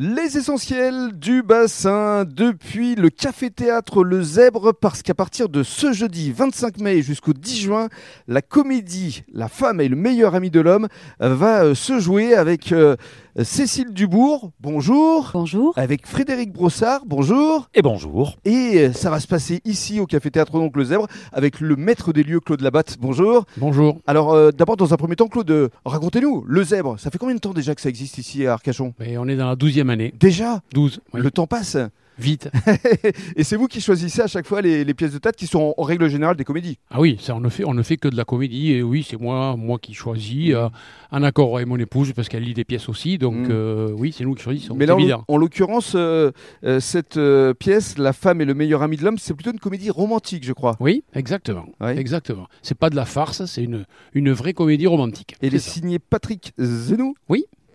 Les essentiels du bassin depuis le Café Théâtre Le Zèbre parce qu'à partir de ce jeudi 25 mai jusqu'au 10 juin, la comédie La femme est le meilleur ami de l'homme va euh, se jouer avec euh, Cécile Dubourg, bonjour, Bonjour. avec Frédéric Brossard, bonjour, Et bonjour. et euh, ça va se passer ici au Café Théâtre donc Le Zèbre avec le maître des lieux Claude Labatte, bonjour. Bonjour. Alors euh, d'abord dans un premier temps Claude, euh, racontez-nous, Le Zèbre, ça fait combien de temps déjà que ça existe ici à Arcachon Mais on est dans la douzième année. Déjà, 12. oui. le temps passe. Vite. Et c'est vous qui choisissez à chaque fois les, les pièces de théâtre qui sont en règle générale des comédies. Ah oui, ça, on, ne fait, on ne fait que de la comédie. Et oui, c'est moi, moi qui choisis. euh, en accord avec mon épouse, parce qu'elle lit des pièces aussi. Donc Mm. euh, oui, c'est nous qui choisissons. Mais C'est là, en, évident. en l'occurrence, euh, euh, cette euh, pièce, La femme est le meilleur ami de l'homme, c'est plutôt une comédie romantique, je crois. Oui, exactement. Ouais. Exactement. C'est pas de la farce, c'est une, une vraie comédie romantique. Et Elle est C'est ça. signée Patrick Zenou.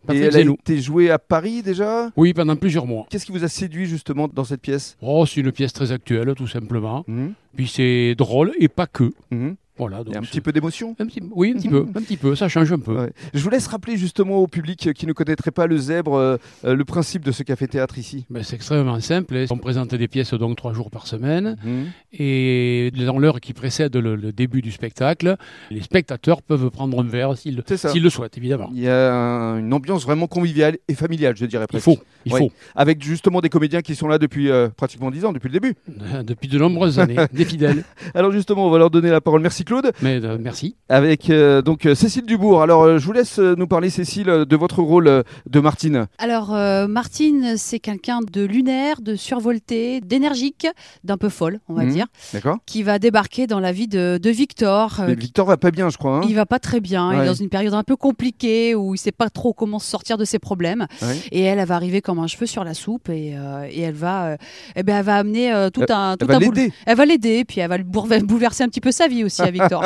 Patrick et elle Zenou. a été jouée à Paris déjà. Oui, pendant plusieurs mois. Qu'est-ce qui vous a séduit justement dans cette pièce Oh, c'est une pièce très actuelle, tout simplement. Mhm, Puis c'est drôle et pas que. mhm. Voilà. Hmm Donc Il y a un c'est- petit peu d'émotion. un petit- oui, un petit peu, un petit peu, ça change un peu. Ouais. Je vous laisse rappeler justement au public euh, qui ne connaîtrait pas le zèbre euh, euh, le principe de ce café-théâtre ici. Ben, c'est extrêmement simple. On présente des pièces donc trois jours par semaine. Mhm. Et dans l'heure qui précède le, le début du spectacle, les spectateurs peuvent prendre un verre s'ils C'est ça. s'ils le souhaitent, évidemment. Il y a un- une ambiance vraiment conviviale et familiale, je dirais Il presque. faut, il Oui. faut. avec justement des comédiens qui sont là depuis euh, pratiquement 10 ans, depuis le début. Euh, Depuis de nombreuses années, des fidèles. Alors justement, on va leur donner la parole. Merci Claude. Mais euh, merci. Avec euh, donc euh, Cécile Dubourg. Alors euh, je vous laisse euh, nous parler Cécile euh, de votre rôle euh, de Martine. Alors, euh, Martine, c'est quelqu'un de lunaire, de survolté, d'énergique, d'un peu folle, on va Mhm. dire, D'accord qui va débarquer dans la vie de, de Victor. euh, Mais Victor va pas bien, je crois. hein il va pas très bien, il Ouais. est dans une période un peu compliquée où il sait pas trop comment se sortir de ses problèmes. Ouais. Et elle, elle va arriver comme un cheveu sur la soupe et, euh, et elle va, euh, eh ben, elle va amener euh, tout un, tout Elle va un boule- l'aider. Elle va l'aider, puis elle va le bourve- bouleverser un petit peu sa vie aussi à Victor.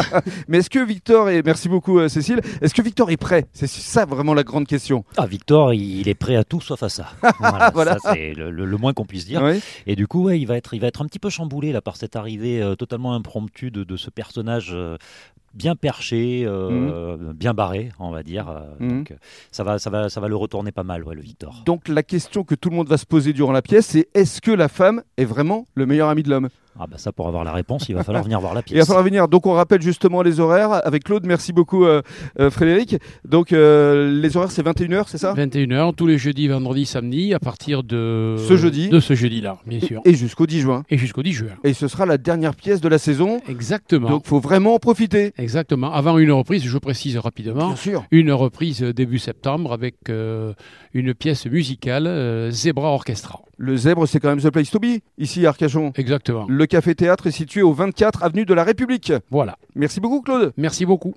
Mais est-ce que Victor, et merci beaucoup euh, Cécile, est-ce que Victor est prêt C'est ça vraiment la grande question. Ah, Victor, il il est prêt à tout sauf à ça. Voilà, Voilà. Ça, c'est le, le- le moins qu'on puisse dire. Ouais. Et du coup, ouais, il, va être, il va être un petit peu chamboulé là, par cette arrivée euh, totalement impromptue de, de ce personnage euh, bien perché, euh, bien barré, on va dire. Euh, Mhm. Donc, euh, ça, va, ça, va, ça va le retourner pas mal, ouais, le Victor. Donc la question que tout le monde va se poser durant la pièce, c'est est-ce que la femme est vraiment le meilleur ami de l'homme Ah, bah ça, pour avoir la réponse, il va falloir venir voir la Il va pièce. falloir venir. Donc on rappelle justement les horaires avec Claude. Merci beaucoup euh, euh, Frédéric. Donc euh, les horaires c'est 21h, c'est ça 21h, tous les jeudis, vendredis, samedis, à partir de Ce jeudi. de ce jeudi-là, bien sûr. Et jusqu'au 10 juin. Et jusqu'au 10 juin. Et ce sera la dernière pièce de la saison. Exactement. Donc faut vraiment en profiter. Exactement. Avant une reprise, je précise rapidement, Bien sûr. une reprise euh, début septembre avec euh, une pièce musicale, euh, Zebra Orchestra. Le zèbre c'est quand même The Place to Be ici à Arcachon. Exactement. Le café théâtre est situé au 24 avenue de la République. Voilà. Merci beaucoup Claude. Merci beaucoup.